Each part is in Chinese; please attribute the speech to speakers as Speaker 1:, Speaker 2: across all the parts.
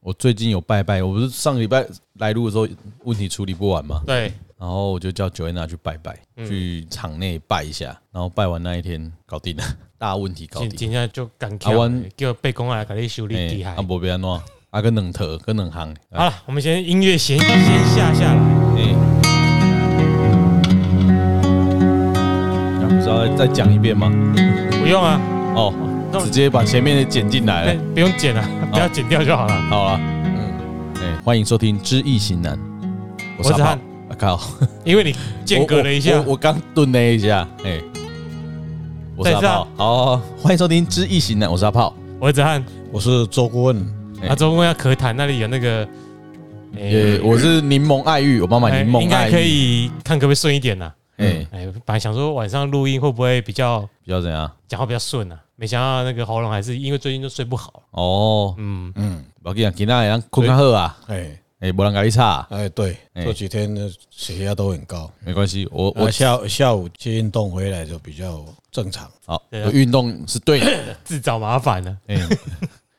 Speaker 1: 我最近有拜拜，我不是上个礼拜来录的时候问题处理不完嘛，
Speaker 2: 对，
Speaker 1: 然后我就叫 Joanna 去拜拜，
Speaker 2: 嗯
Speaker 1: 去场内拜一下，然后拜完那一天搞定了，大问题搞
Speaker 2: 真
Speaker 1: 定。
Speaker 2: 真正就干
Speaker 1: 啊阮
Speaker 2: 巧，叫被公来给你修理厉害。
Speaker 1: 阿伯别安怎样，啊跟两头跟两行，啊
Speaker 2: 好了，我们先音乐先先下下来，
Speaker 1: 哎，那啊不是要再讲一遍吗？
Speaker 2: 不用啊，
Speaker 1: 哦，直接把前面的剪进来
Speaker 2: 哎
Speaker 1: 了。
Speaker 2: 不用剪
Speaker 1: 啊
Speaker 2: 了，不要剪掉就好了。
Speaker 1: 好啊，嗯，哎，欢迎收听《知易行难》，
Speaker 2: 我是
Speaker 1: 阿
Speaker 2: 汉
Speaker 1: 炮，我靠，
Speaker 2: 因为你间隔了一
Speaker 1: 我
Speaker 2: 下
Speaker 1: 我我，我刚顿了一下，哎，我是阿
Speaker 2: 再次啊
Speaker 1: 炮，好，欢迎收听《知易行难》，我是阿炮，
Speaker 2: 我儿子汉
Speaker 3: 我是周顾问，
Speaker 1: 哎
Speaker 2: 啊，周公要可谈那里有那个，
Speaker 1: 也哎我是柠檬爱玉，我妈妈
Speaker 2: 哎
Speaker 1: 柠
Speaker 2: 应
Speaker 1: 檬爱
Speaker 2: 该可
Speaker 1: 玉，
Speaker 2: 以看可不可以顺一点呐。
Speaker 1: 哎，
Speaker 2: 哎，本来想说晚上录音会不会比较
Speaker 1: 比较怎样？
Speaker 2: 讲话比较顺啊，没想到那个喉咙还是因为最近就睡不好。
Speaker 1: 哦，
Speaker 2: 嗯，
Speaker 3: 嗯，
Speaker 1: 我跟你讲，啊今仔人困较好啊，
Speaker 3: 哎
Speaker 1: 哎，无人甲你吵，
Speaker 3: 哎，对，
Speaker 1: 哎
Speaker 3: 这几天的血压都很高，
Speaker 1: 没关系，我
Speaker 3: 我
Speaker 1: 我
Speaker 3: 下下午去运动回来就比较正常，
Speaker 1: 好，
Speaker 2: 对啊
Speaker 1: 我运动是对 的，
Speaker 2: 自找麻烦啊了。
Speaker 1: 哎，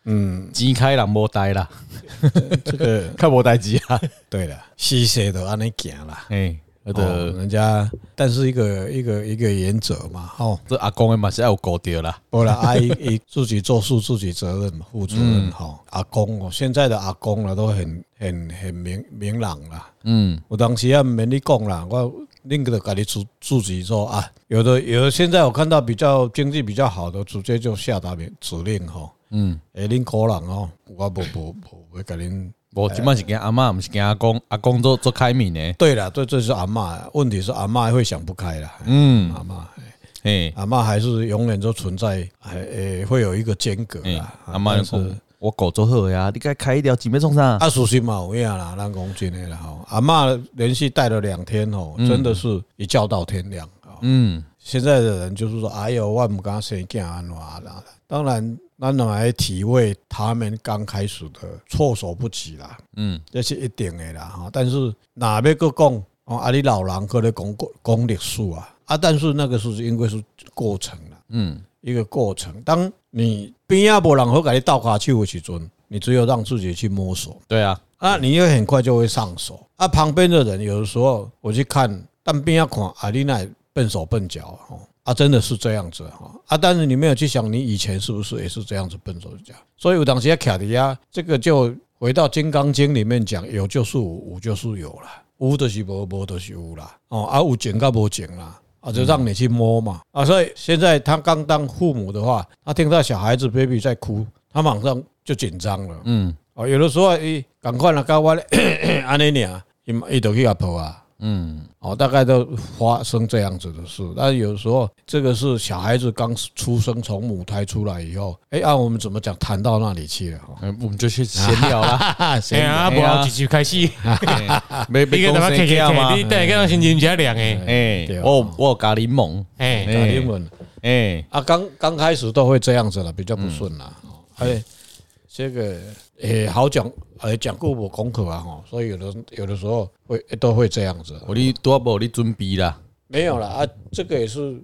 Speaker 3: 嗯，
Speaker 1: 钱开人无呆啦，
Speaker 3: 这个
Speaker 1: 较无代志啊，
Speaker 3: 对了，西西都安尼行啦，
Speaker 1: 哎，我
Speaker 3: 哦
Speaker 1: 的
Speaker 3: 人家，但是一个一个一个原则嘛，吼，
Speaker 1: 这阿公的嘛是要有顾着啦，
Speaker 3: 不然 阿姨姨啊自己做事自己责任嘛，负责
Speaker 1: 嗯
Speaker 3: 任哈。阿公，哦，现在的阿公了都很很很明明朗了。
Speaker 1: 嗯，
Speaker 3: 有当时也毋免你讲啦，我恁个家己自自己做啊。有的有的，现在我看到比较经济比较好的，直接就下达命指令吼。
Speaker 1: 嗯，
Speaker 3: 诶，恁个人哦，我无无无要甲恁。
Speaker 1: 我即满是跟阿嬷，毋是跟阿公，阿公做做开明的，
Speaker 3: 对啦，这这是阿嬷，问题是阿嬷会想不开啦。
Speaker 1: 嗯，
Speaker 3: 阿嬷
Speaker 1: 嘿，
Speaker 3: 阿嬷还是永远都存在，还诶会有一个间隔
Speaker 1: 嘿
Speaker 3: 啦。
Speaker 1: 嗯
Speaker 3: 啊
Speaker 1: 阿嬷
Speaker 3: 但
Speaker 1: 就是讲，我狗做好呀，你该开一条钱要创啥？
Speaker 3: 啊，属实嘛有影啦，咱讲真的啦吼。阿嬷连续带了两天吼，真的是一觉到天亮啊。
Speaker 1: 嗯，
Speaker 3: 现在的人就是说，哎呦，我唔敢生囝安怎啊啦啦。当然，咱们来体会他们刚开始的措手不及啦，
Speaker 1: 嗯，
Speaker 3: 这是一定的啦哈。但是哪要个讲哦，啊，你老人可咧讲过讲历史啊，啊，但是那个是因为是过程啦，
Speaker 1: 嗯，
Speaker 3: 一个过程。当你边啊无人好给你倒下手的时阵，你只有让自己去摸索。
Speaker 1: 对啊，
Speaker 3: 啊，你又很快就会上手。啊，旁边的人有的时候我去看，但边要看啊，你那笨手笨脚啊哦，啊，真的是这样子哈。啊，但是你没有去想，你以前是不是也是这样子笨手笨脚？所以我当时要卡迪亚，这个就回到《金刚经》里面讲，有就是无，无就是有啦，无就是无，无就是无啦。哦，啊，有情跟无情啦。啊，就让你去摸嘛。啊，所以现在他刚当父母的话，他听到小孩子 baby 在哭，他马上就紧张了。
Speaker 1: 嗯，
Speaker 3: 哦，有的时候伊赶快啦，甲啊我咧 安尼尔，伊伊就去阿婆啊。
Speaker 1: 嗯，
Speaker 3: 哦，大概都发生这样子的事。但是有时候这个是小孩子刚出生从母胎出来以后，哎、按我们怎么讲谈到那里去了？哦
Speaker 1: 呃我们就去闲聊啦，
Speaker 3: 哈哈，
Speaker 2: 哎
Speaker 3: 谁
Speaker 2: 呀，
Speaker 1: 对
Speaker 2: 不
Speaker 1: 啊
Speaker 2: 好几句开始，
Speaker 1: 没
Speaker 2: 你
Speaker 1: 被
Speaker 2: 个
Speaker 1: 公
Speaker 2: 他妈 K
Speaker 1: 生
Speaker 2: K
Speaker 1: 这样
Speaker 2: K，
Speaker 1: 吗
Speaker 2: 你？等下跟他心情比较凉诶。
Speaker 1: 哎
Speaker 3: 对，啊
Speaker 1: 我有我有咖柠檬，
Speaker 2: 哎，
Speaker 3: 打英文
Speaker 1: 哎，
Speaker 3: 啊？刚刚开始都会这样子了，比较不顺啦。哦哎，这个诶、好讲，诶，讲过我功课啊，哈，所以有的有的时候会都会这样子。
Speaker 1: 我你多无你准备啦，
Speaker 3: 没有了啊，这个也是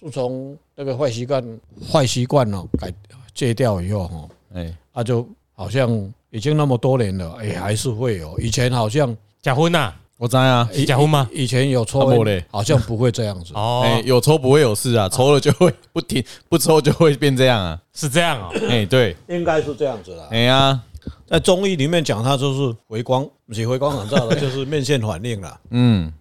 Speaker 3: 自从那个坏习惯坏习惯哦改戒掉以后哈、哦，
Speaker 1: 哎，
Speaker 3: 啊就好像已经那么多年了，也、还是会有。以前好像
Speaker 2: 假婚呐？
Speaker 1: 我知啊，
Speaker 2: 是假婚吗？
Speaker 3: 以前有抽
Speaker 1: 啊
Speaker 3: 烟
Speaker 1: 没嘞
Speaker 3: 好像不会这样子。
Speaker 1: 哎，
Speaker 2: 哦，
Speaker 1: 有抽不会有事啊，抽了就会 不停，不抽就会变这样啊，
Speaker 2: 是这样哦。
Speaker 1: 哎，对，
Speaker 3: 应该是这样子的，
Speaker 1: 哎呀，
Speaker 3: 在中医里面讲，它就是回光，不是回光返照的，就是面线反应啦。
Speaker 1: 嗯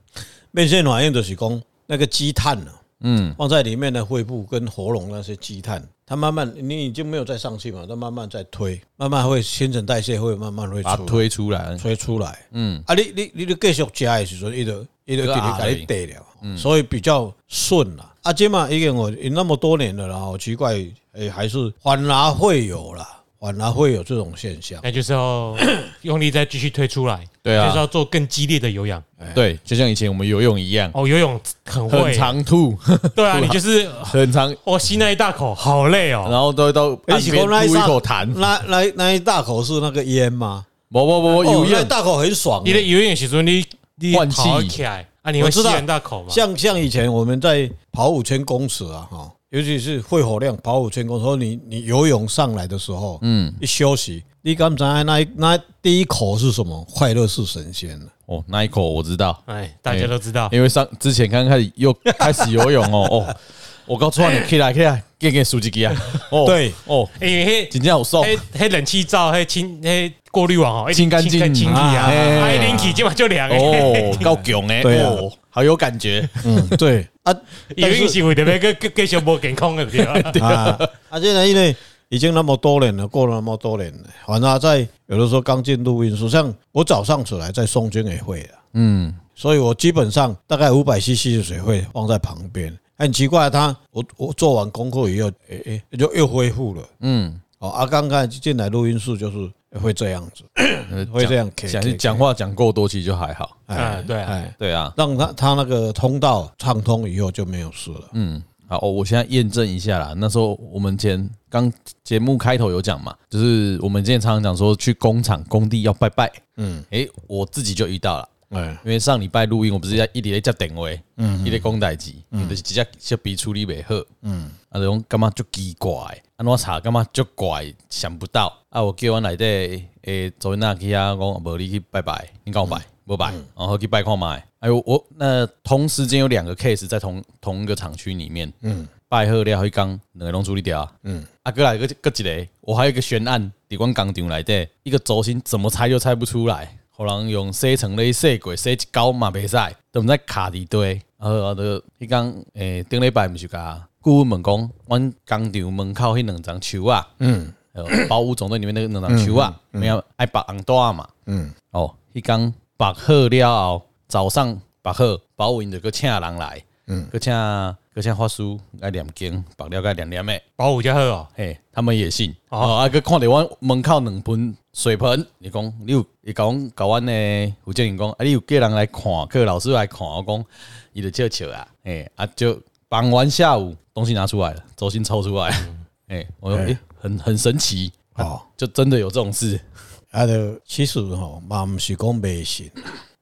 Speaker 3: 面线反应就是讲那个积碳呢、啊，
Speaker 1: 嗯，
Speaker 3: 放在里面的肺部跟喉咙那些积碳，它慢慢你已经没有再上去嘛，它慢慢在推，慢慢会新陈代谢会慢慢会
Speaker 1: 把它
Speaker 3: 出
Speaker 1: 推出来，
Speaker 3: 推出来。
Speaker 1: 嗯
Speaker 3: 啊，你你你就继续食的时阵，伊就伊就给
Speaker 1: 就压
Speaker 3: 你给你带了，
Speaker 1: 嗯
Speaker 3: 所以比较顺啦。啊，这嘛已经我那么多年了啦，好奇怪，诶，还是反而会有啦，反而会有这种现象。
Speaker 2: 那就 是要用力再继续推出来，
Speaker 1: 对
Speaker 2: 就是
Speaker 1: 啊，
Speaker 2: 要做更激烈的有氧。
Speaker 1: 对，就像以前我们游泳一样，
Speaker 2: 哦，游泳很
Speaker 1: 很
Speaker 2: 会，
Speaker 1: 常吐，
Speaker 2: 对啊，你就是
Speaker 1: 很常，
Speaker 2: 我吸那一大口，好累
Speaker 1: 然
Speaker 2: 哦。
Speaker 1: 后都会到
Speaker 3: 而
Speaker 1: 岸
Speaker 3: 且
Speaker 1: 边
Speaker 3: 哎那
Speaker 1: 吐一
Speaker 3: 大
Speaker 1: 口痰，
Speaker 3: 那那那一大口是那个烟吗？
Speaker 1: 不不不不，
Speaker 3: 哦
Speaker 1: 游
Speaker 3: 那一
Speaker 1: 泳
Speaker 3: 大口很爽
Speaker 2: 你
Speaker 3: 欸，
Speaker 2: 的游泳的时阵，你你
Speaker 1: 换气
Speaker 2: 跑起来啊，你会
Speaker 3: 我
Speaker 2: 吸
Speaker 3: 知道
Speaker 2: 很大口嘛？
Speaker 3: 像像以前我们在跑五千公尺啊，哈，尤其是肺活量跑五千公尺，或你你游泳上来的时候，
Speaker 1: 嗯，
Speaker 3: 一休息，你刚才那一那第一口是什么？快乐是神仙啊
Speaker 1: 哦，那一口我知道，
Speaker 2: 哎，大家都知道，
Speaker 1: 因为上之前刚开始又开始游泳 哦，哦，我告诉你，起来起来，给给数几个啊，哦，
Speaker 3: 对，
Speaker 1: 哦，
Speaker 2: 哎，嘿，
Speaker 1: 今天有送，
Speaker 2: 嘿，嘿，冷气罩，嘿，清，嘿，过滤网哦，
Speaker 1: 哦清干净
Speaker 2: 清清气
Speaker 1: 啊
Speaker 2: 啊，
Speaker 1: 嘿
Speaker 2: 哎，冷气今晚就凉哎，
Speaker 1: 哦，够囧哎，
Speaker 3: 对啊
Speaker 1: 哦，好有感觉，
Speaker 3: 嗯，对 啊，
Speaker 2: 因为是为了 要个个个小波健康的对吧？
Speaker 3: 啊，啊，现在因为已经那么多年了，过了那么多年了，反正啊在有的时候刚进录音室，像我早上起来在诵经也会啊，
Speaker 1: 嗯，
Speaker 3: 所以我基本上大概五百 CC 的水会放在旁边。很奇怪，他我我做完功课以后，诶、诶、就又恢复了。
Speaker 1: 嗯，
Speaker 3: 哦，啊，刚刚进来录音室就是会这样子，会这样
Speaker 1: 呃讲
Speaker 3: K-
Speaker 1: 讲
Speaker 3: K-
Speaker 1: 讲话讲够多，其实就还好，
Speaker 2: 啊，对啊，
Speaker 3: 哎，
Speaker 1: 对啊，
Speaker 3: 让他他那个通道畅通以后就没有事了。
Speaker 1: 嗯，好，哦我现在验证一下啦。那时候我们前刚节目开头有讲嘛，就是我们之前常常讲说去工厂、工地要拜拜。嗯，诶、我自己就遇到了，
Speaker 3: 哎，
Speaker 1: 因为上礼拜录音，我不是在一直在接电话，嗯，一直讲代志，嗯，就是直接小笔处理袂好，嗯，啊，就讲感觉足奇怪，啊，我查感觉足怪，想不到，啊，我叫阮内底诶，昨天那去啊，讲无你去拜拜，你跟我拜。不拜，然后去拜看买。哎呦，我那同时间有两个 case 在同同一个厂区里面，嗯，拜贺了，迄工两个拢处理掉啊。嗯，啊，过来个个一个，我还有一个悬案，伫阮工厂内底，一个轴心怎么拆就拆不出来，互人用洗床咧洗过，洗一高嘛袂使，都毋知卡伫堆。呃，就迄工诶，顶礼拜毋是甲啊顾问问讲，阮工厂门口迄两丛树啊，嗯，包屋总队里面那个两丛树啊，没有爱绑红带嘛，哦，迄工绑好了后，早上绑好，保温就搁请人来，嗯，搁请搁请法师来念经，绑了该念念的，
Speaker 2: 保护就好哦，
Speaker 1: 嘿，他们也信。哦，啊，搁看着阮门口两盆水盆，你讲你有，伊甲阮甲阮诶负责人讲，啊，你有叫人来看，叫老师来看，我讲伊就笑笑啊，嘿，啊，就绑完下午东西拿出来了，轴心抽出来，
Speaker 3: 嗯
Speaker 1: 嘿，我说诶、很很神奇，
Speaker 3: 哦，
Speaker 1: 就真的有这种事，
Speaker 3: 啊，就其实哈，嘛不是讲迷信，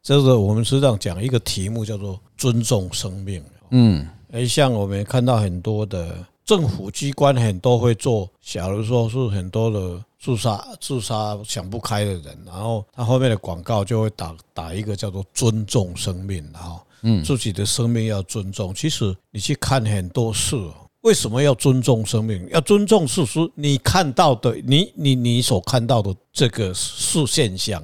Speaker 3: 就是我们实际上讲一个题目叫做尊重生命。
Speaker 1: 嗯
Speaker 3: 哎，像我们看到很多的政府机关很多会做，假如说是很多的自杀自杀想不开的人，然后他后面的广告就会打打一个叫做尊重生命，然后
Speaker 1: 嗯
Speaker 3: 自己的生命要尊重。其实你去看很多事哦。为什么要尊重生命？要尊重事实，你看到的，你你你所看到的这个事现象，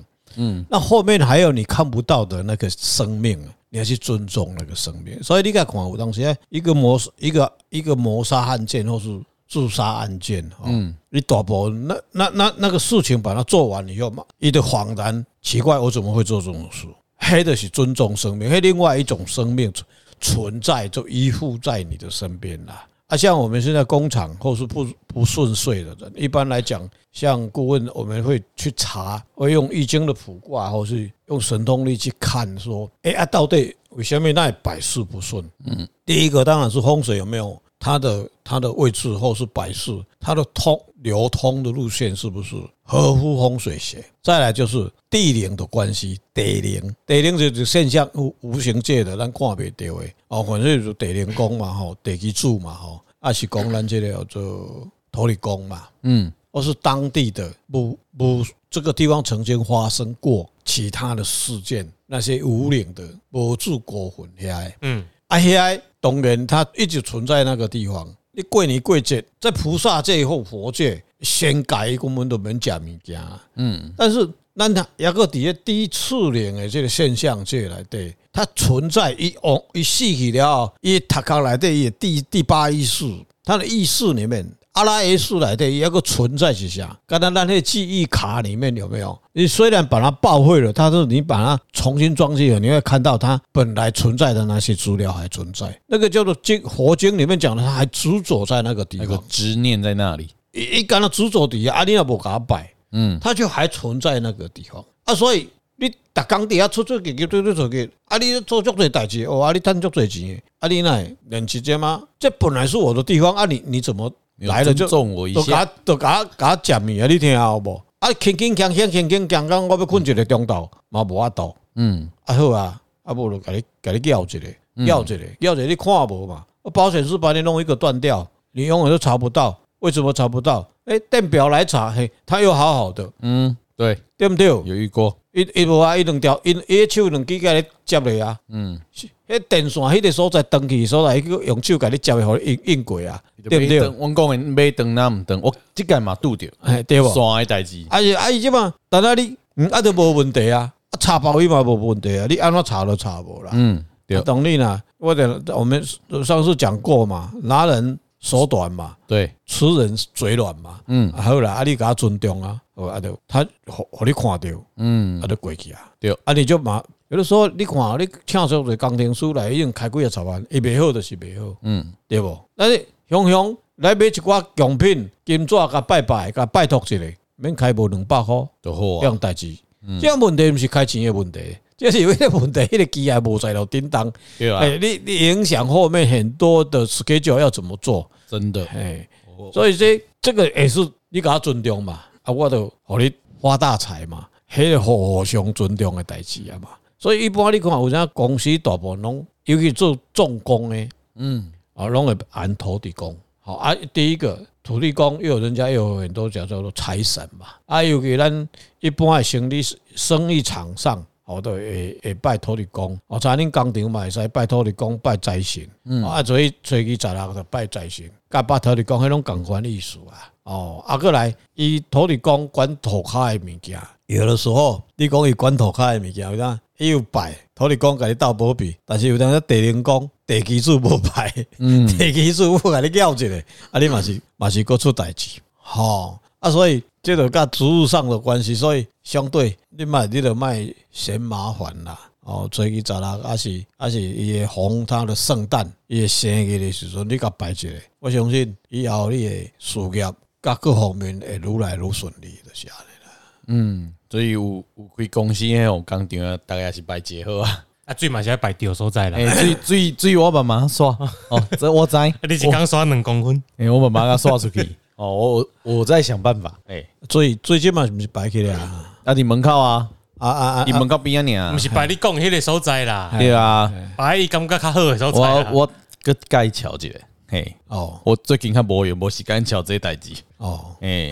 Speaker 3: 那后面还有你看不到的那个生命，你要去尊重那个生命。所以你看，看我当时哎一个谋一个一个谋杀案件或是自杀案件，嗯，你大部分那那那那个事情把它做完以后嘛，你就恍然奇怪，我怎么会做这种事？黑的是尊重生命，黑另外一种生命存存在就依附在你的身边啦。啊，像我们现在工厂或是不不顺遂的人，一般来讲，像顾问我们会去查，会用易经的卜卦，或是用神通力去看，说，哎、啊，到底为什么那里百事不顺？嗯，第一个当然是风水有没有它的它的位置，或是摆势，它的通流通的路线是不是合乎风水学？再来就是地灵的关系，地灵，地灵就是现象无无形界的，咱看袂到的哦，反正就是地灵宫嘛吼，地基主嘛吼，啊是讲咱这个叫做土地公嘛，
Speaker 1: 嗯
Speaker 3: 或是当地的不不这个地方曾经发生过其他的事件，那些无灵的无主国魂遐的。
Speaker 2: 嗯，
Speaker 3: 啊，遐的当然它一直存在那个地方。你过年过节，在菩萨界或佛界，先改根本都免食物件啊。
Speaker 1: 嗯，
Speaker 3: 但是咱它抑个伫咧低次元的这个现象界内底，它存在一往一死去了后，伊头壳内底伊的第第八意识，它的意识里面。阿拉耶识内底伊抑个存在是啥？刚才咱那个记忆卡里面有没有？你虽然把它报废了，但是你把它重新装进去，你会看到它本来存在的那些资料还存在。那个叫做经佛经里面讲的，它还执着在那个地
Speaker 1: 那个
Speaker 3: 方。
Speaker 1: 执念在那里，
Speaker 3: 一一干到执着底下，啊，你也无给它摆，
Speaker 1: 嗯。
Speaker 3: 它就还存在那个地方啊，所以你逐工底下出出去去出出出去，啊，你做足多代志，哦，啊，你赚足多钱的，啊，你哪会忍时间吗？这本来是我的地方，啊，你你怎么来了就
Speaker 1: 尊重我一
Speaker 3: 都
Speaker 1: 下，
Speaker 3: 甲都甲甲食面啊？你听好无？啊，轻轻锵锵轻轻锵锵，我要困一个中昼嘛无法度，
Speaker 1: 嗯
Speaker 3: 啊好啊，啊无就甲你甲你叫一个，叫一个，叫一个，你看无嘛？保险丝把你弄一个断掉，你永远都查不到。为什么查不到？哎，电表来查，嘿，它又好好的，
Speaker 1: 嗯，对，
Speaker 3: 对不对？
Speaker 1: 有遇过，
Speaker 3: 伊伊无啊，伊两条，伊伊手两支甲你接落啊。
Speaker 1: 嗯，
Speaker 3: 迄电线迄个所在断去的所在，伊佫用手甲你接的，互你应应过啊，对不对？
Speaker 1: 我讲的买断那毋断，我即个嘛拄着，
Speaker 3: 哎，对无？
Speaker 1: 山的代志，
Speaker 3: 啊是啊伊即嘛，但啊你，嗯，啊都无问题啊，啊查包伊嘛无问题啊，你安怎查都查无啦。
Speaker 1: 嗯，对
Speaker 3: 啊当然啦，我的我们上次讲过嘛，拿人手短嘛，
Speaker 1: 对，
Speaker 3: 吃人嘴软嘛。
Speaker 1: 嗯
Speaker 3: 啊好啦，啊你甲我尊重啊，好啊就他互互你看着。
Speaker 1: 嗯
Speaker 3: 啊，，就过去啊。
Speaker 1: 对
Speaker 3: 啊，你就嘛，有的时候你看，你请上个工程师来，已经开几个十万，伊袂好就是袂好，
Speaker 1: 嗯，
Speaker 3: 对无？那你雄雄来买一寡贡品、金纸，甲拜拜，甲拜托一下，免开无两百箍，
Speaker 1: 就好
Speaker 3: 这
Speaker 1: 啊，
Speaker 3: 样代志。这样问题毋是开钱的问题，这是有一个问题，迄个机械无在了叮当。
Speaker 1: 对啊，
Speaker 3: 哎，你你影响后面很多的 schedule 要怎么做？
Speaker 1: 真的，
Speaker 3: 哎
Speaker 1: 哦，
Speaker 3: 所以这这个也是你给他尊重嘛，啊，我就互你发大财嘛，迄个互互相尊重的代志啊嘛。所以一般你看有啥公司大部分拢，尤其做重工的
Speaker 1: 嗯，
Speaker 3: 啊，拢会按土地公。好啊，第一个土地公又有人家又有很多叫做财神嘛，啊，尤其咱一般的生意生意场上。好都会会拜土地公，哦，像恁工厂嘛会使拜土地公、拜财神，啊，所以初期十六就拜财神，甲拜土地公迄种共款意思啊。哦，啊，过来，伊土地公管涂骹的物件，有的时候你讲伊管涂骹的物件，有当伊有拜土地公甲你斗保庇，但是有当地灵公、地基主无拜，
Speaker 1: 嗯
Speaker 3: 地基主我甲你搅一个，啊，你嘛是嘛是搁出代志，吼、啊，所以这就甲职务上的关系，所以相对你卖你就卖嫌麻烦啦。哦，初去十六，啊是啊是伊的红他的圣诞，伊的生日的时阵，你甲摆一个，我相信以后你的事业甲各方面会愈来愈顺利，就是安尼啦。
Speaker 1: 嗯，所以有有开公司迄种工厂，大概也是摆结合 啊。
Speaker 2: 啊，最嘛是要摆掉所在啦。
Speaker 1: 诶，哎水水水，我慢慢刷哦，这我 知，
Speaker 2: 啊你是刚刷两公分，
Speaker 1: 诶，我慢慢甲刷出去。 哦，我我我在想办法。诶，
Speaker 3: 所以最近嘛，是毋是摆起来啊？
Speaker 1: 啊，你门口啊，
Speaker 3: 啊啊啊！
Speaker 1: 你门口边啊
Speaker 2: 毋
Speaker 1: 尔，
Speaker 2: 是摆你讲迄个所在啦，
Speaker 1: 对啊，
Speaker 2: 摆伊感觉较好的所在
Speaker 1: 我
Speaker 2: 啦。
Speaker 1: 我搁介绍一个，嘿，
Speaker 3: 哦
Speaker 1: 我最近较无闲，无时间瞧这代志，
Speaker 3: 哦，
Speaker 1: 诶，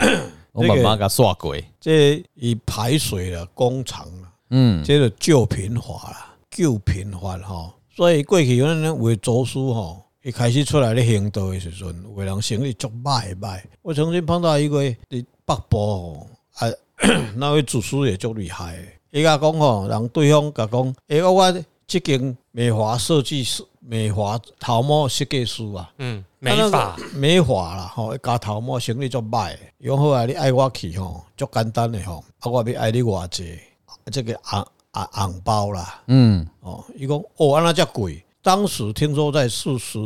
Speaker 1: 我慢慢甲刷过，
Speaker 3: 这以排水了工厂啊啦，
Speaker 1: 嗯
Speaker 3: 这个旧贫乏啦，旧贫乏吼。所以过去咱咱为读书吼，一开始出来咧行道的时阵，有的人生意足歹歹。我曾经碰到一位伫北部吼，啊， 那位主书也足厉害的。伊甲讲吼，人对方甲讲，诶、我我即间美华设计师、美华头毛设计师啊，
Speaker 2: 嗯，美
Speaker 3: 啊
Speaker 2: 发，
Speaker 3: 那个美发啦，吼，加头毛生理足歹的。伊讲好啊，你爱我去吼，足简单诶吼，啊，我要爱你偌济，啊这个红红红包啦，
Speaker 1: 嗯，
Speaker 3: 哦，伊讲哦，安那遮贵。当时听说在四十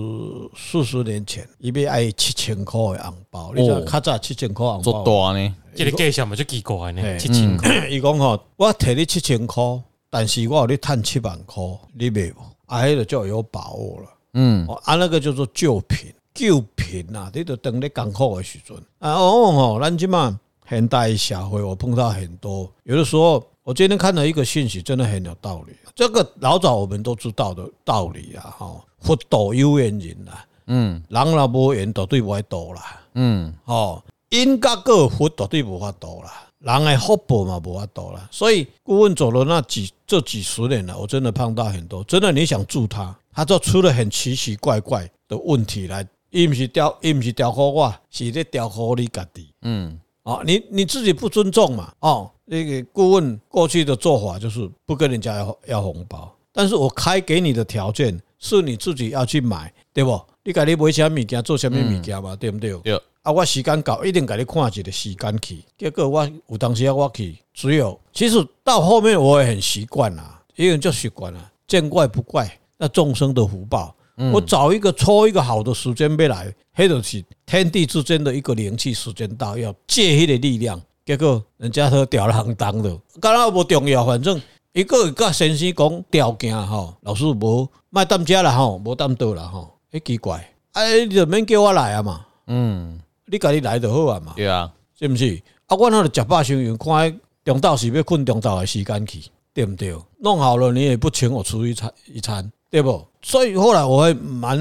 Speaker 3: 四十年前，伊要爱七千箍的红包，你知道
Speaker 1: 哦
Speaker 3: 较早七千箍红
Speaker 1: 做
Speaker 3: 包，
Speaker 1: 大呢，
Speaker 2: 这个介绍嘛就奇怪
Speaker 3: 嘿
Speaker 2: 呢，七千块，
Speaker 1: 嗯
Speaker 3: 伊讲吼，我摕你七千箍，但是我有你趁七万箍，你袂无？啊，迄个就有把握了。
Speaker 1: 嗯
Speaker 3: 哦，啊，那个叫做救贫，救贫啊，你著当你艰苦的时阵啊，哦吼，咱即满现代社会，我碰到很多，有的时候我今天看到一个信息，真的很有道理，这个老早我们都知道的道理啊，吼、佛道有缘人啦、
Speaker 1: 嗯
Speaker 3: 人若无缘，绝对无爱道啦。
Speaker 1: 嗯，
Speaker 3: 哦，因甲个福绝对无法度啦，人诶福报嘛无法度啦。所以顾问走了那几这几十年了，我真的碰到很多，真的你想助他，他就出了很奇奇怪怪的问题来。伊毋是调，伊毋是调好我，是咧调好你家己。
Speaker 1: 嗯
Speaker 3: 哦，你你自己不尊重嘛？哦，那个顾问过去的做法就是不跟人家要要红包，但是我开给你的条件是你自己要去买，对不？你家你买啥物件做啥物物件嘛，对不对？
Speaker 1: 对。
Speaker 3: 啊，我时间到，一定给你看一个时间去。结果我有当时啊，我去，只有其实到后面我也很习惯啦，因为就习惯了，见怪不怪。那众生的福报，我找一个抽一个好的时间要来，迄就是天地之间的一个灵气时间到，要借迄个力量。结果人家都吊了行当的，敢若无重要，反正伊个甲先生讲条件吼，老师无卖担遮啦吼，无担倒啦吼，迄奇怪，啊，你就免叫我来啊嘛。
Speaker 1: 嗯，
Speaker 3: 你家己来就好啊嘛，
Speaker 1: 对啊，
Speaker 3: 是毋是？啊，我那着食饱先用，看那中昼是要困中昼的时间去，对毋对？弄好了你也不请我出一餐一餐，对不？所以后来我会蛮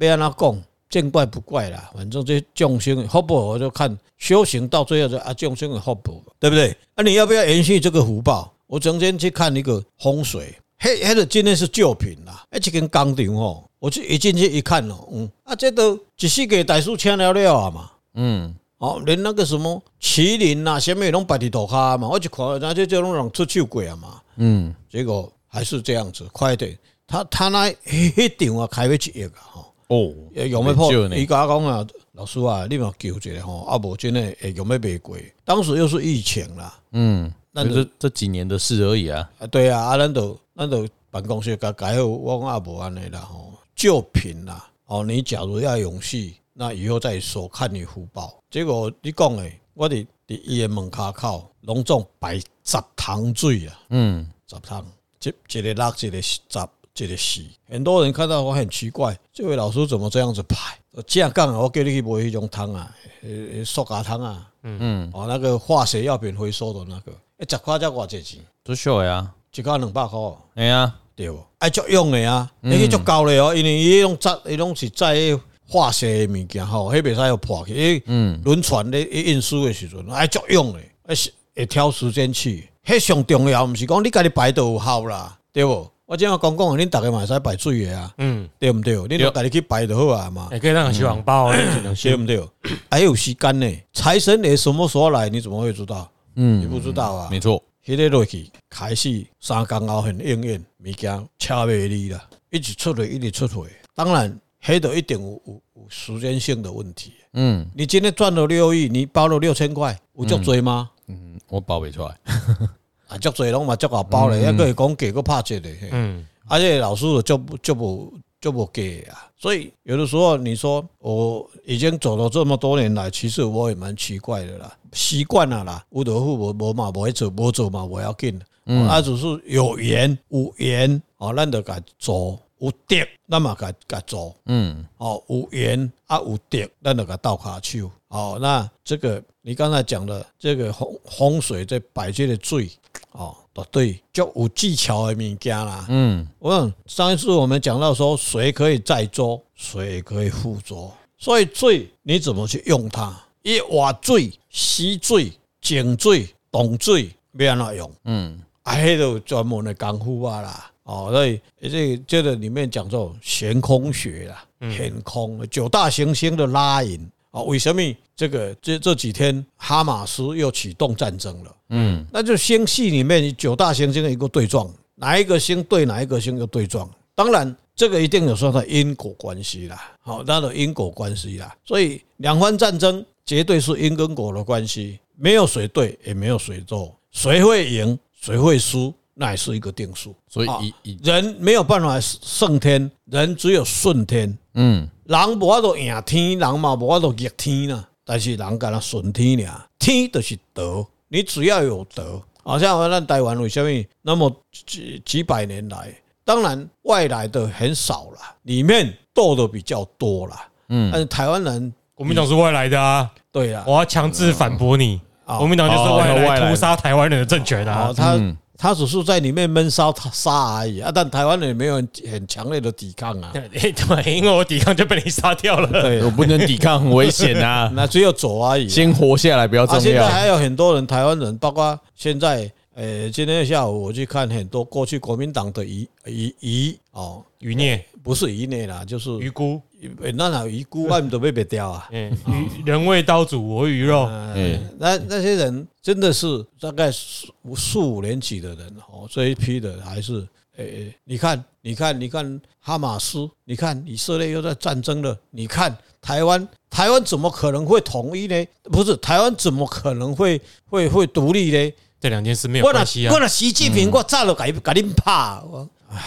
Speaker 3: 要安怎讲？见怪不怪啦，反正这众生的福报，我就看修行到最后就啊，众生的福报，对不对？啊，你要不要延续这个福报？我曾经去看一个风水，迄迄个真的是旧品啦，迄一间工厂吼，我去一进去一看哦，嗯，啊，这都一世界大师请了了啊嘛，
Speaker 1: 嗯，
Speaker 3: 哦，连那个什么麒麟呐、啊，啥物拢摆伫涂骹嘛，我一看，那这这拢人出手过啊嘛，
Speaker 1: 嗯，
Speaker 3: 结果还是这样子，快点，他他那迄场啊开要一亿啊，吼，
Speaker 1: 哦，
Speaker 3: 也用要破，
Speaker 1: 很少呢
Speaker 3: 伊甲我讲啊，老师啊，你嘛救一下吼，啊无真诶会用要卖过，当时又是疫情啦，
Speaker 1: 嗯，
Speaker 3: 那
Speaker 1: 那这这几年的事而已啊，
Speaker 3: 啊，对啊，啊，咱都咱都办公室甲改好，我讲啊也无安尼啦吼，旧品啦，哦，你假如要勇气，那以后再说，看你福报。结果你讲诶，我伫伫伊诶门骹口隆重摆十桶水啊，
Speaker 1: 嗯，
Speaker 3: 十桶，一一个六，一个十，一个四。很多人看到我很奇怪，这位老师怎么这样子排？正讲啊，我叫你去买迄种汤啊，呃，塑胶汤啊，嗯，哦，那个化学药品回收的那个，哎一十块才偌济钱，
Speaker 1: 都秀呀，
Speaker 3: 一块两百块哦。
Speaker 1: 哎呀，
Speaker 3: 对无？爱足用的啊，
Speaker 1: 嗯
Speaker 3: 迄个足够的哦，因为伊迄种杂，伊拢是载迄化学的物件吼，迄袂使互破去。伊
Speaker 1: 嗯
Speaker 3: 轮船咧伊运输的时阵，爱足用的，啊是会挑时间去。迄上重要，毋是讲你家己排就有效啦，对无？我即样讲讲，恁逐个嘛会使排水的啊，
Speaker 2: 嗯，
Speaker 3: 对毋对？恁著家己去排就好啊嘛，
Speaker 2: 也可以让人修红包，啊你只能修
Speaker 3: 对毋对？啊还有时间呢，财神爷什么时候来？你怎么会知道？你
Speaker 1: 嗯，
Speaker 3: 不知道啊？
Speaker 1: 没错，
Speaker 3: 迄个落去开始三工后很应验，物件车袂离啦，一直出去，一直出去。当然，迄度一定有有有时间性的问题。
Speaker 1: 嗯，
Speaker 3: 你今天赚了六亿，你包了六千块，有足多吗？
Speaker 1: 嗯我包袂出来，
Speaker 3: 啊，足多拢嘛足够包咧，抑个会讲价个拍折咧。嘿
Speaker 2: 嗯，
Speaker 3: 而且老师就不就不就不给啊。所以有的时候你说我已经走了这么多年来，其实我也蛮奇怪的啦，习惯了啦，无德富无无嘛，无会做无做嘛，我要紧。啊，只是有缘有缘哦，咱就该做有德，咱嘛该该做。
Speaker 1: 嗯，
Speaker 3: 哦，有缘啊，有德，咱就给倒卡手。哦，那这个你刚才讲的这个风风水这摆这个水，哦，绝对就有技巧的物件啦。
Speaker 1: 嗯，
Speaker 3: 我想上一次我们讲到说，水可以载舟，水也可以覆舟，所以水你怎么去用它？一挖水、洗水、井水、挡水，要安怎用？
Speaker 1: 嗯，
Speaker 3: 啊，迄个有专门的功夫啊啦。哦，所以这个这个里面讲说悬空学啦，悬空九大行星的拉引啊、哦，为什么这个这这几天哈马斯又启动战争了？
Speaker 1: 嗯，
Speaker 3: 那就星系里面九大行星的一个对撞，哪一个星对哪一个星就对撞。当然，这个一定有说它因果关系啦，好，它的因果关系啦。所以两方战争绝对是因跟果的关系，没有谁对，也没有谁错，谁会赢，谁会输，那也是一个定数。
Speaker 1: 所以
Speaker 3: 好
Speaker 1: 以以，
Speaker 3: 人没有办法胜天，人只有顺天。
Speaker 1: 嗯，
Speaker 3: 人无法度赢天，人嘛无法度逆天啦。但是人敢若顺天俩，天就是德。你只要有德，好像我咱台湾为什么那么几几百年来，当然外来的很少啦，里面斗的比较多啦。
Speaker 1: 嗯哦
Speaker 3: 但是台湾人
Speaker 2: 国民党是外来的啊，
Speaker 3: 对啦，
Speaker 2: 我要强制反驳你，
Speaker 3: 嗯哦
Speaker 2: 国民党就是外
Speaker 1: 哦外来
Speaker 2: 来
Speaker 1: 的
Speaker 2: 屠杀台湾人的政权啊
Speaker 3: 哦，，他
Speaker 1: 嗯
Speaker 3: 他只是在里面闷烧他杀而已啊。但台湾人也没有很很强烈的抵抗
Speaker 1: 嗯
Speaker 3: 啊。
Speaker 2: 对，对因为我抵抗就被你杀掉了，
Speaker 3: 对
Speaker 1: 我
Speaker 3: 啊，
Speaker 1: 不能抵抗，很危险 啊，
Speaker 3: 那只有走而已啊。
Speaker 1: 先活下来比较
Speaker 3: 啊，
Speaker 1: 重
Speaker 3: 现在还
Speaker 1: 要，
Speaker 3: 有很多人，台湾人，包括现在，呃，今天下午我去看很多过去国民党的遗遗遗哦，
Speaker 2: 余孽、
Speaker 3: 不是遗内啦，就是
Speaker 2: 余辜，
Speaker 3: 呃那哪有遗孤，外面都被别掉啊。
Speaker 2: 嗯，余人未刀俎我鱼肉，
Speaker 1: 嗯，
Speaker 3: 那那些人真的是大概四五四五年级的人哦，这一批的还是，诶、诶你看，你看，你看哈马斯，你看以色列又在战争了，你看台湾，台湾怎么可能会统一呢？不是，台湾怎么可能会会会独立呢？
Speaker 2: 这两件事没有
Speaker 3: 我若
Speaker 2: 关系啊
Speaker 3: 我，若习近平，我早就给甲恁拍。我嗯唉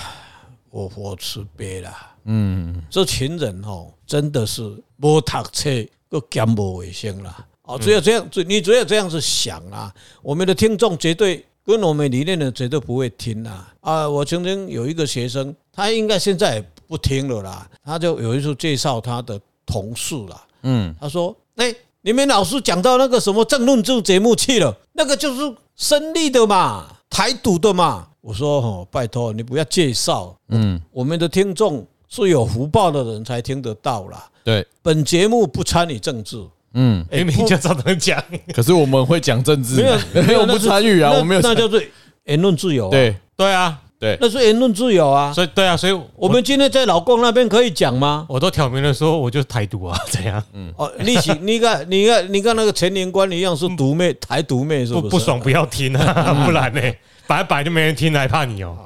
Speaker 3: 我我慈悲啦，
Speaker 1: 嗯，
Speaker 3: 这群人吼，真的是无读册，又兼无卫生啦。哦，只有这样，只你只有这样子想啦、我们的听众绝对跟我们理念的绝对不会听啦、啊。我曾经有一个学生，他应该现在也不听了啦。他就有一次介绍他的同事啦，
Speaker 1: 嗯，
Speaker 3: 他说：“哎、你们老师讲到那个什么政论这节目去了，那个就是生利的嘛，台独的嘛。”我说：“哦，拜托你不要介绍，
Speaker 1: 嗯，
Speaker 3: 我们的听众是有福报的人才听得到啦。
Speaker 1: 对，
Speaker 3: 本节目不参与政治，
Speaker 1: 嗯，
Speaker 2: 明明就照常讲，
Speaker 1: 可是我们会讲政治，
Speaker 3: 没 有
Speaker 1: 没有我
Speaker 3: 那
Speaker 1: 不
Speaker 3: 是
Speaker 1: 参与啊，
Speaker 3: 那
Speaker 1: 我没有参
Speaker 3: 那叫做言论自由、，啊
Speaker 1: 对
Speaker 2: 对啊，
Speaker 1: 对，
Speaker 3: 那是言论自由啊。
Speaker 2: 所以对啊，所以
Speaker 3: 我
Speaker 2: 我们
Speaker 3: 们今天在老公那边可以讲吗？
Speaker 2: 我都挑明了说，我就台独啊， 怎样？
Speaker 1: 嗯
Speaker 3: 哦，你起， 你看，你看，你看那个陈年官一样是毒妹，台独妹是
Speaker 2: 不
Speaker 3: 是？
Speaker 2: 不爽不要听啊，不 然呢，摆来摆就没人听，还怕你哦？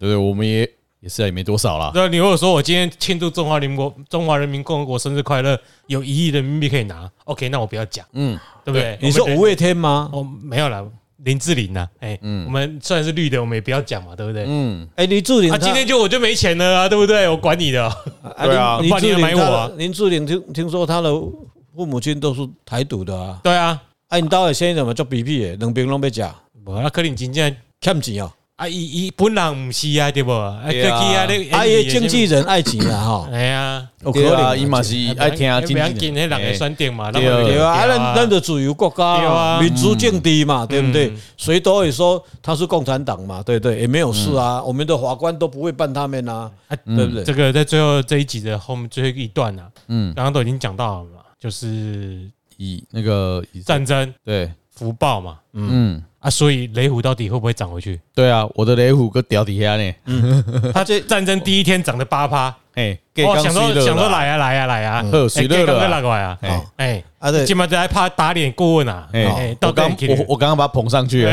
Speaker 1: 对，我们也也是啊也没多少啦。
Speaker 2: 对啊，你如果说我今天庆祝中华民国中华人民共和国生日快乐，有一亿人民币可以拿，OK，那我不要讲，
Speaker 1: 嗯，
Speaker 2: 对不对？
Speaker 3: 你是
Speaker 2: 我们
Speaker 3: 五月天吗？
Speaker 2: 哦，没有啦，林志玲呐，哎，我们虽然是绿的，我们也不要讲嘛，对不对？
Speaker 1: 嗯，
Speaker 3: 哎，林志玲
Speaker 2: 啊，
Speaker 3: 她，
Speaker 2: 今天就我就没钱了啊，对不对？我管你的哦，
Speaker 1: 对啊
Speaker 3: 林
Speaker 2: 不
Speaker 3: 林
Speaker 2: 然你
Speaker 3: 志
Speaker 2: 要
Speaker 3: 玲
Speaker 2: 买我啊
Speaker 3: 她，林志玲听听说她的父母亲都是台独的啊。
Speaker 2: 对 啊，
Speaker 3: 哎，你到底现在怎么做比比的？两边拢要吃，
Speaker 2: 无啊，可能真正
Speaker 3: 欠钱哦。
Speaker 2: 啊，伊伊本人毋是啊，对无？啊，过去
Speaker 1: 对啊
Speaker 2: 啊，你
Speaker 3: 啊，伊经纪，人爱钱啊，吼，
Speaker 2: 哎呀，
Speaker 3: 有可
Speaker 1: 对啊，
Speaker 3: 能
Speaker 1: 伊嘛是爱听
Speaker 2: 啊，
Speaker 1: 啊，
Speaker 2: 不要紧，迄人
Speaker 1: 哎
Speaker 2: 的选择嘛，
Speaker 1: 对
Speaker 2: 咱们就
Speaker 3: 对啊，啊，咱咱
Speaker 2: 对
Speaker 3: 的自由国家
Speaker 2: 对
Speaker 3: 啊，
Speaker 2: 啊
Speaker 3: 民主政治嘛，对不对
Speaker 2: 嗯？
Speaker 3: 谁都会说他是共产党嘛，对不对？也没有事啊，我们的法官都不会办他们啊，
Speaker 2: 啊
Speaker 3: 对不
Speaker 2: 这
Speaker 3: 对？
Speaker 2: 个在最后这一集的后面最后一段啊，
Speaker 1: 嗯，
Speaker 2: 刚刚都已经讲到了嘛，就是
Speaker 1: 以那个以
Speaker 2: 战争
Speaker 1: 对，
Speaker 2: 福报嘛，
Speaker 1: 嗯，
Speaker 2: 啊，所以雷虎到底会不会涨 回去？
Speaker 1: 对啊，我的雷虎搁屌底下呢，
Speaker 2: 他这战争第一天涨了八趴，
Speaker 1: 哎，给
Speaker 2: 我
Speaker 1: 刚
Speaker 2: 想说
Speaker 1: 水热
Speaker 2: 想说
Speaker 1: 啦，
Speaker 2: 来啊来啊来啊，
Speaker 1: 嗯呵水热了啊
Speaker 2: 来过来啊，
Speaker 1: 哎
Speaker 2: 哎，
Speaker 3: 啊，对
Speaker 2: 今麦在怕打脸顾问啊，
Speaker 1: 哎
Speaker 2: 哎，到
Speaker 1: 我刚
Speaker 2: 底哎
Speaker 1: 我我刚刚把它捧上去了，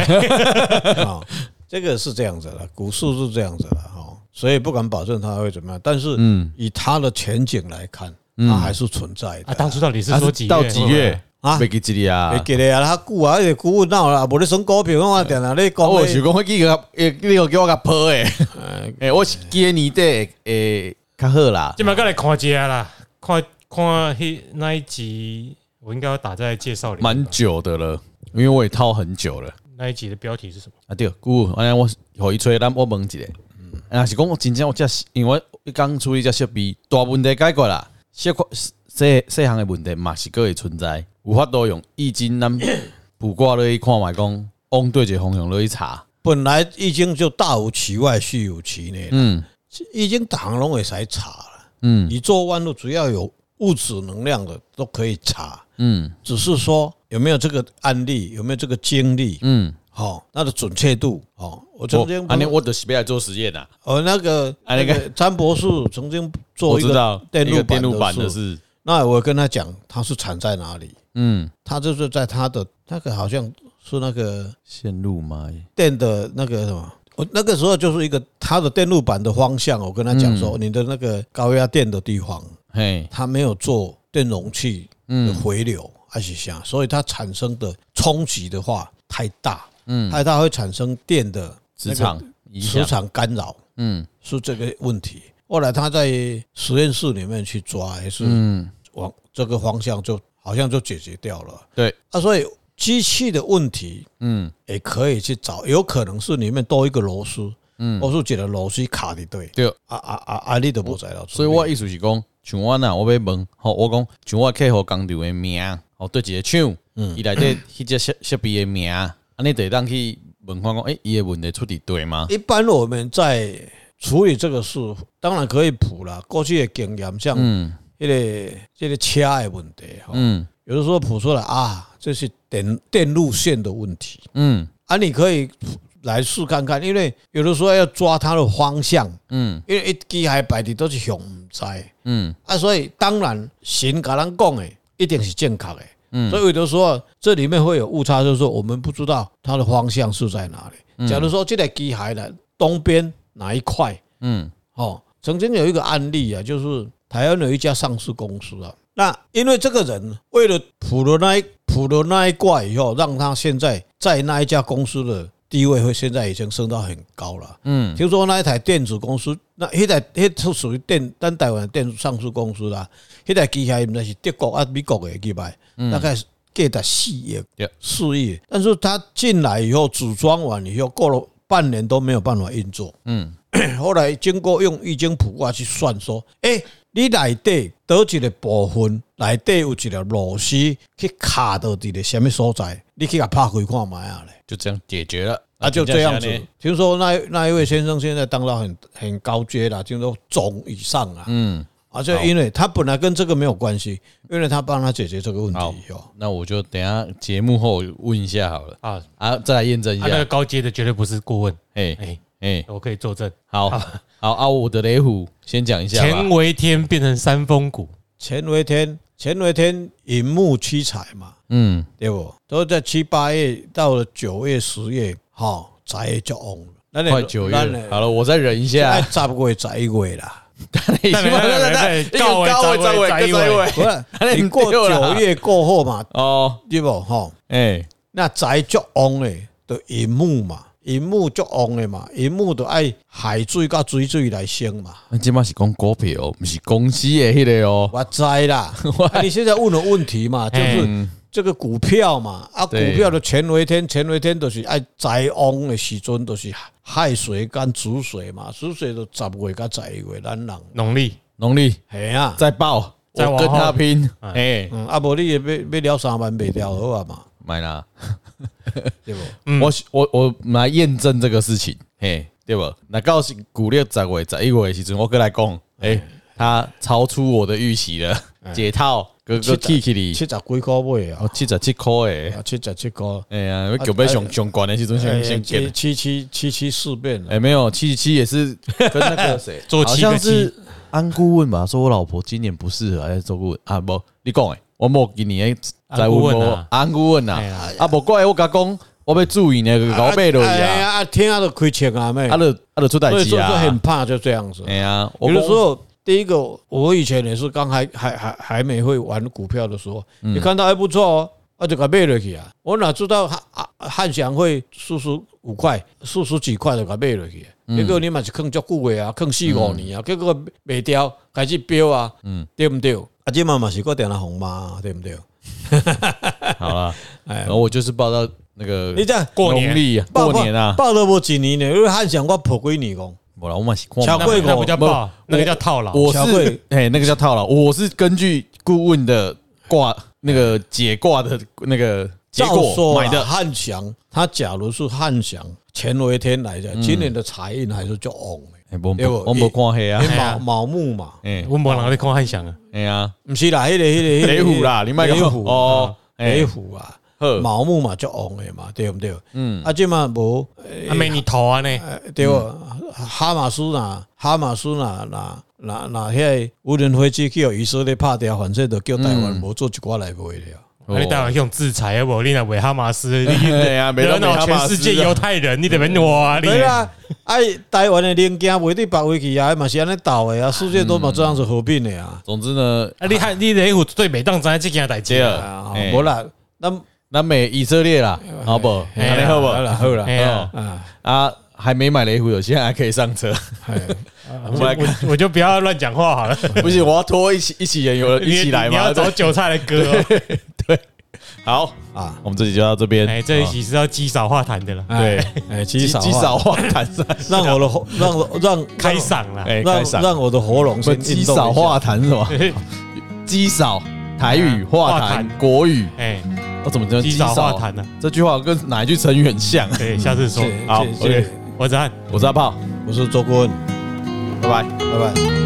Speaker 3: 啊，这个是这样子的，股市是这样子的哈，所以不敢保证它会怎么样，但是
Speaker 1: 嗯，
Speaker 3: 以它的前景来看，它还是存在的
Speaker 2: 啊，当初到底是
Speaker 1: 啊
Speaker 2: 说哦几月
Speaker 1: 到几月
Speaker 2: 哎
Speaker 3: 啊
Speaker 1: 没给这里啊
Speaker 3: 会？记得啊，他久啊，迄个股有闹啦，无咧选股票，我定定咧讲
Speaker 1: 哦，我
Speaker 3: 咧
Speaker 1: 想。讲迄个，诶，你个叫我甲破
Speaker 2: 哎
Speaker 1: 诶，诶，哎我是记得年底诶较好啦，
Speaker 2: 今麦过来看一下啦，看看迄那一集，我应该要打在介绍里面吧。
Speaker 1: 蛮久的了，因为我也套很久了。
Speaker 2: 那一集的标题是什么？
Speaker 1: 啊对，姑，安尼我互伊吹，咱我问一下，
Speaker 2: 嗯
Speaker 1: 啊若是讲我真正有遮，因为我刚处理遮设备，大问题解决啦，小可细细项的问题嘛是个会存在，有法度用易经咱卜卦落去看觅讲，往对一个方向落去查，
Speaker 3: 本来易经就大无其外，虚有其内。
Speaker 1: 嗯
Speaker 3: 易经大行拢会使查了，
Speaker 1: 嗯
Speaker 3: 宇宙万物只要有物质能量的都可以查，
Speaker 1: 嗯
Speaker 3: 只是说有没有这个案例，有没有这个经历，
Speaker 1: 嗯，
Speaker 3: 哦，它的准确度，哦，我曾经
Speaker 1: 我安尼我就是要来做实验啦，
Speaker 3: 呃那个
Speaker 1: 啊
Speaker 3: 那
Speaker 1: 那个
Speaker 3: 个詹博士曾经做
Speaker 1: 我
Speaker 3: 一
Speaker 1: 知
Speaker 3: 个
Speaker 1: 道
Speaker 3: 电
Speaker 1: 一
Speaker 3: 路
Speaker 1: 个电路
Speaker 3: 板
Speaker 1: 板
Speaker 3: 的
Speaker 1: 的
Speaker 3: 事
Speaker 1: 是，
Speaker 3: 那我跟他讲，它是产在哪里，
Speaker 1: 嗯，
Speaker 3: 它就是在它的那个好像是那个
Speaker 1: 线路嘛，
Speaker 3: 电的那个什么。我那个时候就是一个它的电路板的方向，我跟他讲
Speaker 1: 嗯
Speaker 3: 说，你的那个高压电的地方，
Speaker 1: 嘿，
Speaker 3: 它没有做电容器的回流，
Speaker 1: 嗯
Speaker 3: 还是啥，所以它产生的冲击的话太大，
Speaker 1: 嗯，
Speaker 3: 太大会产生电的
Speaker 1: 磁场影
Speaker 3: 磁
Speaker 1: 响，
Speaker 3: 场干扰，
Speaker 1: 嗯
Speaker 3: 是这个问题。后来他在实验室里面去抓，还是
Speaker 1: 嗯，
Speaker 3: 往这个方向就好像就解决掉了
Speaker 1: 对，
Speaker 3: 啊。所以机器的问题
Speaker 1: 嗯
Speaker 3: 也可以去找，有可能是里面多一个螺丝，
Speaker 1: 嗯，
Speaker 3: 我是觉得螺丝卡的对，
Speaker 1: 对。
Speaker 3: 啊啊啊啊，你都不知道。
Speaker 1: 所以我的意思是讲，像我呐，我要问，吼，我讲像我的客户工厂的名，吼，对一个厂，
Speaker 3: 嗯
Speaker 1: 伊内底迄只设设备的名，安尼会当去问看讲，诶，伊的问题出伫对吗？
Speaker 3: 一般我们在处理这个事，当然可以补啦。过去的经验，像
Speaker 1: 嗯
Speaker 3: 这个这个车的问题，哈，
Speaker 1: 嗯
Speaker 3: 有的时候补出来啊，这是电电路线的问题
Speaker 1: 嗯
Speaker 3: 啊，你可以来试看看，因为有的时候要抓它的方向，
Speaker 1: 嗯
Speaker 3: 因为一机械摆的都是向唔知
Speaker 1: 嗯
Speaker 3: 啊，所以当然神甲咱讲的一定是正确的。
Speaker 1: 嗯
Speaker 3: 所以有的时候这里面会有误差，就是说我们不知道它的方向是在哪里。假如说这台机械的东边哪一块
Speaker 1: 嗯
Speaker 3: 哦，曾经有一个案例啊，就是台湾有一家上市公司啊，那因为这个人为了普罗那一普罗那一卦以后，让他现在在那一家公司的地位会现在已经升到很高了。
Speaker 1: 嗯
Speaker 3: 听说那一台电子公司，那迄台迄是属于电咱台湾的电子上市公司啦，迄台机械毋知是德国啊美国的去买，大概是价值四亿
Speaker 1: Yeah
Speaker 3: 四亿，但是他进来以后组装完以后，过了半年都没有办法运作，
Speaker 1: 嗯
Speaker 3: 啊后来经过用易经卜卦去算说，哎、你内底倒一个部分，内底有一个螺丝去卡到一个什么所在，你去甲拍开看卖啊咧。
Speaker 1: 就这样解决了。
Speaker 3: 啊，就这样子
Speaker 1: 真的是。
Speaker 3: 听说那那一位先生现在当到很很高阶了，听说总以上啊。
Speaker 1: 嗯，
Speaker 3: 而且因为他本来跟这个没有关系，因为他帮他解决这个问
Speaker 1: 好
Speaker 3: 题哦以后，
Speaker 1: 那我就等一下节目后问一下好了
Speaker 2: 啊，
Speaker 1: 啊，再来验证一
Speaker 2: 他那个
Speaker 1: 下。
Speaker 2: 高阶的绝对不是顾问，
Speaker 1: 哎
Speaker 2: 哎，
Speaker 1: 哎，
Speaker 2: 我可以作证。
Speaker 1: 好好啊，我的雷虎先讲一下吧
Speaker 2: 钱。为天变成三峰谷，
Speaker 3: 钱为天，钱为天，银木七彩嘛，
Speaker 1: 嗯，
Speaker 3: 对不？都在七八月到了九月、十月，哈、宅就旺了。那你
Speaker 1: 快九
Speaker 3: 咱
Speaker 1: 月，
Speaker 3: 的
Speaker 1: 好了，啊我再忍一
Speaker 3: 哎，
Speaker 1: 下。
Speaker 3: 十月、十一月啦，
Speaker 1: 你
Speaker 2: 等一下等一下等一下到位到位到位
Speaker 3: 不是
Speaker 1: 你
Speaker 3: 你过
Speaker 1: 对啦
Speaker 3: 九月过后嘛，
Speaker 1: 哦，
Speaker 3: 对不？吼，
Speaker 1: 哎，
Speaker 3: 那宅足旺诶，就银幕嘛，银幕足旺诶嘛，银幕就爱海水甲水水来升嘛。
Speaker 1: 那啊今嘛是讲股票哦，不是公司的迄个哦。
Speaker 3: 我知啦， 啊你现在问的问题嘛，就是这个股票嘛，啊，股
Speaker 1: 对
Speaker 3: 票的前为天，前为天都是爱宅旺的时阵，都是亥水跟子水嘛，子水都十月跟十一月，咱人
Speaker 2: 农历
Speaker 1: 农历
Speaker 3: 系啊，
Speaker 1: 再报，
Speaker 2: 再
Speaker 1: 我
Speaker 2: 往
Speaker 1: 跟他
Speaker 2: 后
Speaker 1: 拼。哎，
Speaker 3: 嗯，啊，无你也要要了三万卖掉好啊嘛，
Speaker 1: 买啦。
Speaker 3: 对不？
Speaker 1: 我我我来验证这个事情，嘿，对吧？那到是古历十月十一月的时阵，我过来讲，诶，它超出我的预期了，解套，哥哥 K K
Speaker 3: 七
Speaker 1: 里，
Speaker 3: 十几块买啊
Speaker 1: 哦，，七十七块诶，
Speaker 3: 啊，七十七块，
Speaker 1: 哎呀，我准备上上管的时阵先
Speaker 3: 哎
Speaker 1: 先
Speaker 3: 七
Speaker 1: 给，
Speaker 3: 七七七七四变了，
Speaker 1: 哎，没有七十七也是 跟那个 谁
Speaker 2: 做
Speaker 1: 好
Speaker 2: 七个
Speaker 1: 像是安顾问吧，说我老婆今年不适合，还是周顾问啊？不，你讲诶，我莫给你诶，再
Speaker 2: 安顾
Speaker 1: 问
Speaker 2: 问
Speaker 1: 我
Speaker 2: 啊
Speaker 1: 安顾问
Speaker 2: 哎
Speaker 1: 呐
Speaker 2: 呀，
Speaker 1: 啊，无怪我甲讲，我要注意呢，搞背落去
Speaker 3: 哎
Speaker 1: 啊
Speaker 3: 呀，，啊，听啊都亏钱啊妹
Speaker 1: 啊，，就啊，就出代
Speaker 3: 所以
Speaker 1: 志
Speaker 3: 就
Speaker 1: 啊
Speaker 3: 就，很怕就这样子。
Speaker 1: 哎呀，我
Speaker 3: 有的
Speaker 1: 公
Speaker 3: 时候，第一个，我以前也是刚还还还还没会玩股票的时候，你看到还不错哦，啊就给买落去啊。我哪知道汉啊汉翔会四十五块、四十几块就给买落去，啊结果你嘛是坑足久的啊，坑四五年啊，结果卖掉开始飙啊，对不对？啊，这嘛嘛是个点了红嘛，对不对？
Speaker 1: 好了，然后我就是报到那个
Speaker 3: 你这样
Speaker 2: 过年
Speaker 1: 农历啊，
Speaker 3: 报
Speaker 1: 过年啊，
Speaker 3: 报了我几年呢？因为汉翔我破几年讲，
Speaker 1: 我啦，我嘛是看
Speaker 3: 超
Speaker 2: 那
Speaker 1: 嘛
Speaker 3: 过
Speaker 2: 不那不叫
Speaker 1: 不
Speaker 2: 爆，那个叫套牢。
Speaker 1: 哦我
Speaker 3: 小贵
Speaker 1: 是哎，那个叫套牢，我是根据顾问的卦那个解卦的那个结
Speaker 3: 照
Speaker 1: 果
Speaker 3: 说
Speaker 1: 买
Speaker 3: 啊
Speaker 1: 的，
Speaker 3: 汉翔，他假如是汉翔前为天来
Speaker 1: 嗯
Speaker 3: 的，今年的财运还是较旺的。
Speaker 1: 哎，我
Speaker 3: 对不
Speaker 1: 我没看黑啊，
Speaker 3: 因为
Speaker 2: 啊
Speaker 3: 卯卯木嘛，
Speaker 1: 哎
Speaker 2: 我没人在看汉翔啊，
Speaker 1: 哎呀，
Speaker 3: 不是啦，迄个迄个
Speaker 1: 雷虎啦，你卖
Speaker 3: 哎雷
Speaker 1: 个
Speaker 3: 虎
Speaker 1: 哦，哎
Speaker 3: 雷，虎啊，
Speaker 1: 呵，
Speaker 3: 卯木嘛就旺的嘛，对不对？
Speaker 1: 嗯
Speaker 3: 啊，这嘛无
Speaker 1: 哦
Speaker 2: 还没你头啊呢，
Speaker 3: 呃对不？
Speaker 1: 嗯
Speaker 3: 哈马斯呐，哈马斯呐，那那那遐无人飞机去互以色列拍掉，反正就叫台湾无做一寡来卖了。
Speaker 1: 哦
Speaker 2: 啊你台湾用制裁啊，我你那维哈马斯， 你
Speaker 1: 哎呀没
Speaker 2: 惹
Speaker 1: 到维
Speaker 2: 恼
Speaker 1: 哈
Speaker 2: 全
Speaker 1: 马斯
Speaker 2: 世界
Speaker 1: 啊
Speaker 2: 犹太人，你得被挪啊你。
Speaker 3: 对 啊，哎，台湾的零件卖伫别位去啊，嘛是安尼倒的啊，世界都嘛这样子合并的啊。
Speaker 1: 总之呢，
Speaker 2: 啊，你还你雷虎对每当知这件代志
Speaker 1: 这
Speaker 2: 啊，
Speaker 1: 个
Speaker 3: 啊，
Speaker 1: 哎
Speaker 3: 无啦，咱
Speaker 1: 南美以色列啦，好不好？
Speaker 2: 哎呀
Speaker 1: 安尼好不
Speaker 3: 好
Speaker 1: 好？
Speaker 3: 啦好啦
Speaker 2: 哎，呀，
Speaker 3: 啊，
Speaker 1: 啊，还没买雷虎的，现在还可以上车。
Speaker 3: 哎
Speaker 2: 我
Speaker 1: 们来
Speaker 2: 我我就不要乱讲话好了，
Speaker 1: 不行，我要拖一起一起人，有人
Speaker 2: 你
Speaker 1: 一起来
Speaker 2: 你
Speaker 1: 嘛
Speaker 2: 要。找韭菜来 割哦。
Speaker 1: 对，好，
Speaker 3: 啊，
Speaker 1: 我们这集就到这边。
Speaker 2: 哎，这一
Speaker 1: 集
Speaker 2: 期是要积少化痰的了，
Speaker 1: 对
Speaker 3: 哎，哎，极
Speaker 1: 极
Speaker 3: 少
Speaker 1: 极
Speaker 3: 啊
Speaker 1: 少化痰噻，
Speaker 3: 让我 的喉让我让
Speaker 2: 开嗓了。
Speaker 1: 哎，
Speaker 3: 让
Speaker 1: 开
Speaker 3: 让
Speaker 1: 嗓，
Speaker 3: 让我的喉咙
Speaker 1: 不
Speaker 3: 先
Speaker 1: 极
Speaker 3: 运动
Speaker 1: 少
Speaker 3: 一下
Speaker 1: 化痰是吧？极少台语、化
Speaker 2: 化
Speaker 1: 痰、
Speaker 2: 痰
Speaker 1: 国语，
Speaker 2: 哎，
Speaker 1: 我怎么叫
Speaker 2: 积少化痰呢？
Speaker 1: 这句话跟哪一句成语很像？
Speaker 2: 啊对，下次说。
Speaker 3: 谢
Speaker 1: 好
Speaker 3: 谢谢
Speaker 1: OK
Speaker 2: 我子翰。
Speaker 1: 我是阿炮，
Speaker 3: 我是周顾问，
Speaker 1: 拜拜。
Speaker 3: 拜拜。